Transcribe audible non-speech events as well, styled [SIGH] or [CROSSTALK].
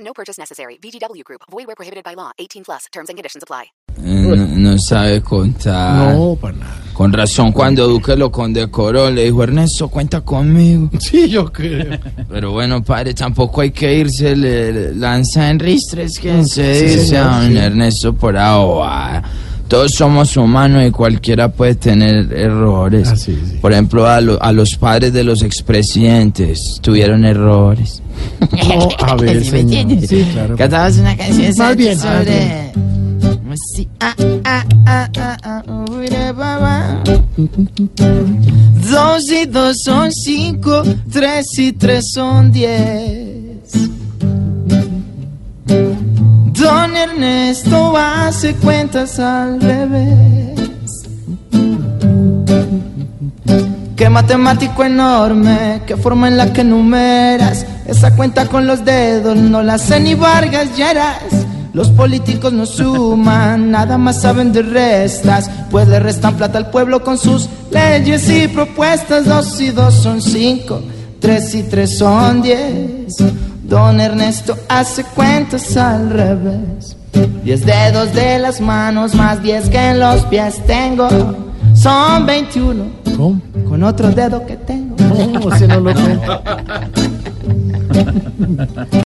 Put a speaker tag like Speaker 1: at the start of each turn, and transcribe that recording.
Speaker 1: No purchase necessary. VGW Group. Void where prohibited by law. 18 plus. Terms and conditions apply.
Speaker 2: No, Mm, no sabe contar.
Speaker 3: No, para nada.
Speaker 2: Con razón, cuando Duque lo condecoró, le dijo, Ernesto, cuenta
Speaker 3: [LAUGHS]
Speaker 2: conmigo.
Speaker 3: Sí, yo creo.
Speaker 2: Pero bueno, padre, tampoco hay que irse, le lanza en ristres que se dice a don Ernesto por ahora. Todos somos humanos y cualquiera puede tener errores.
Speaker 3: Ah, sí, sí.
Speaker 2: Por ejemplo, a, lo- a los padres de los expresidentes tuvieron errores.
Speaker 3: No,
Speaker 2: [LAUGHS]
Speaker 3: a ver, señor. Sí, claro.
Speaker 2: Cantabas una canción
Speaker 3: Más bien, más
Speaker 2: sobre... Sí, ah, ah, ah, ah, ah, uire, baba. Dos y dos son cinco, tres y tres son diez. Don Ernesto hace cuentas al revés. Qué matemático enorme, qué forma en la que numeras. Esa cuenta con los dedos no la hace ni Vargas Lleras. Los políticos no suman, nada más saben de restas. Pues le restan plata al pueblo con sus leyes y propuestas. Dos y dos son cinco, tres y tres son diez. Don Ernesto hace cuentas al revés. Diez dedos de las manos, más diez que en los pies tengo. Son 21
Speaker 3: ¿Cómo?
Speaker 2: con otro dedo que tengo.
Speaker 3: No, se no lo cuenta.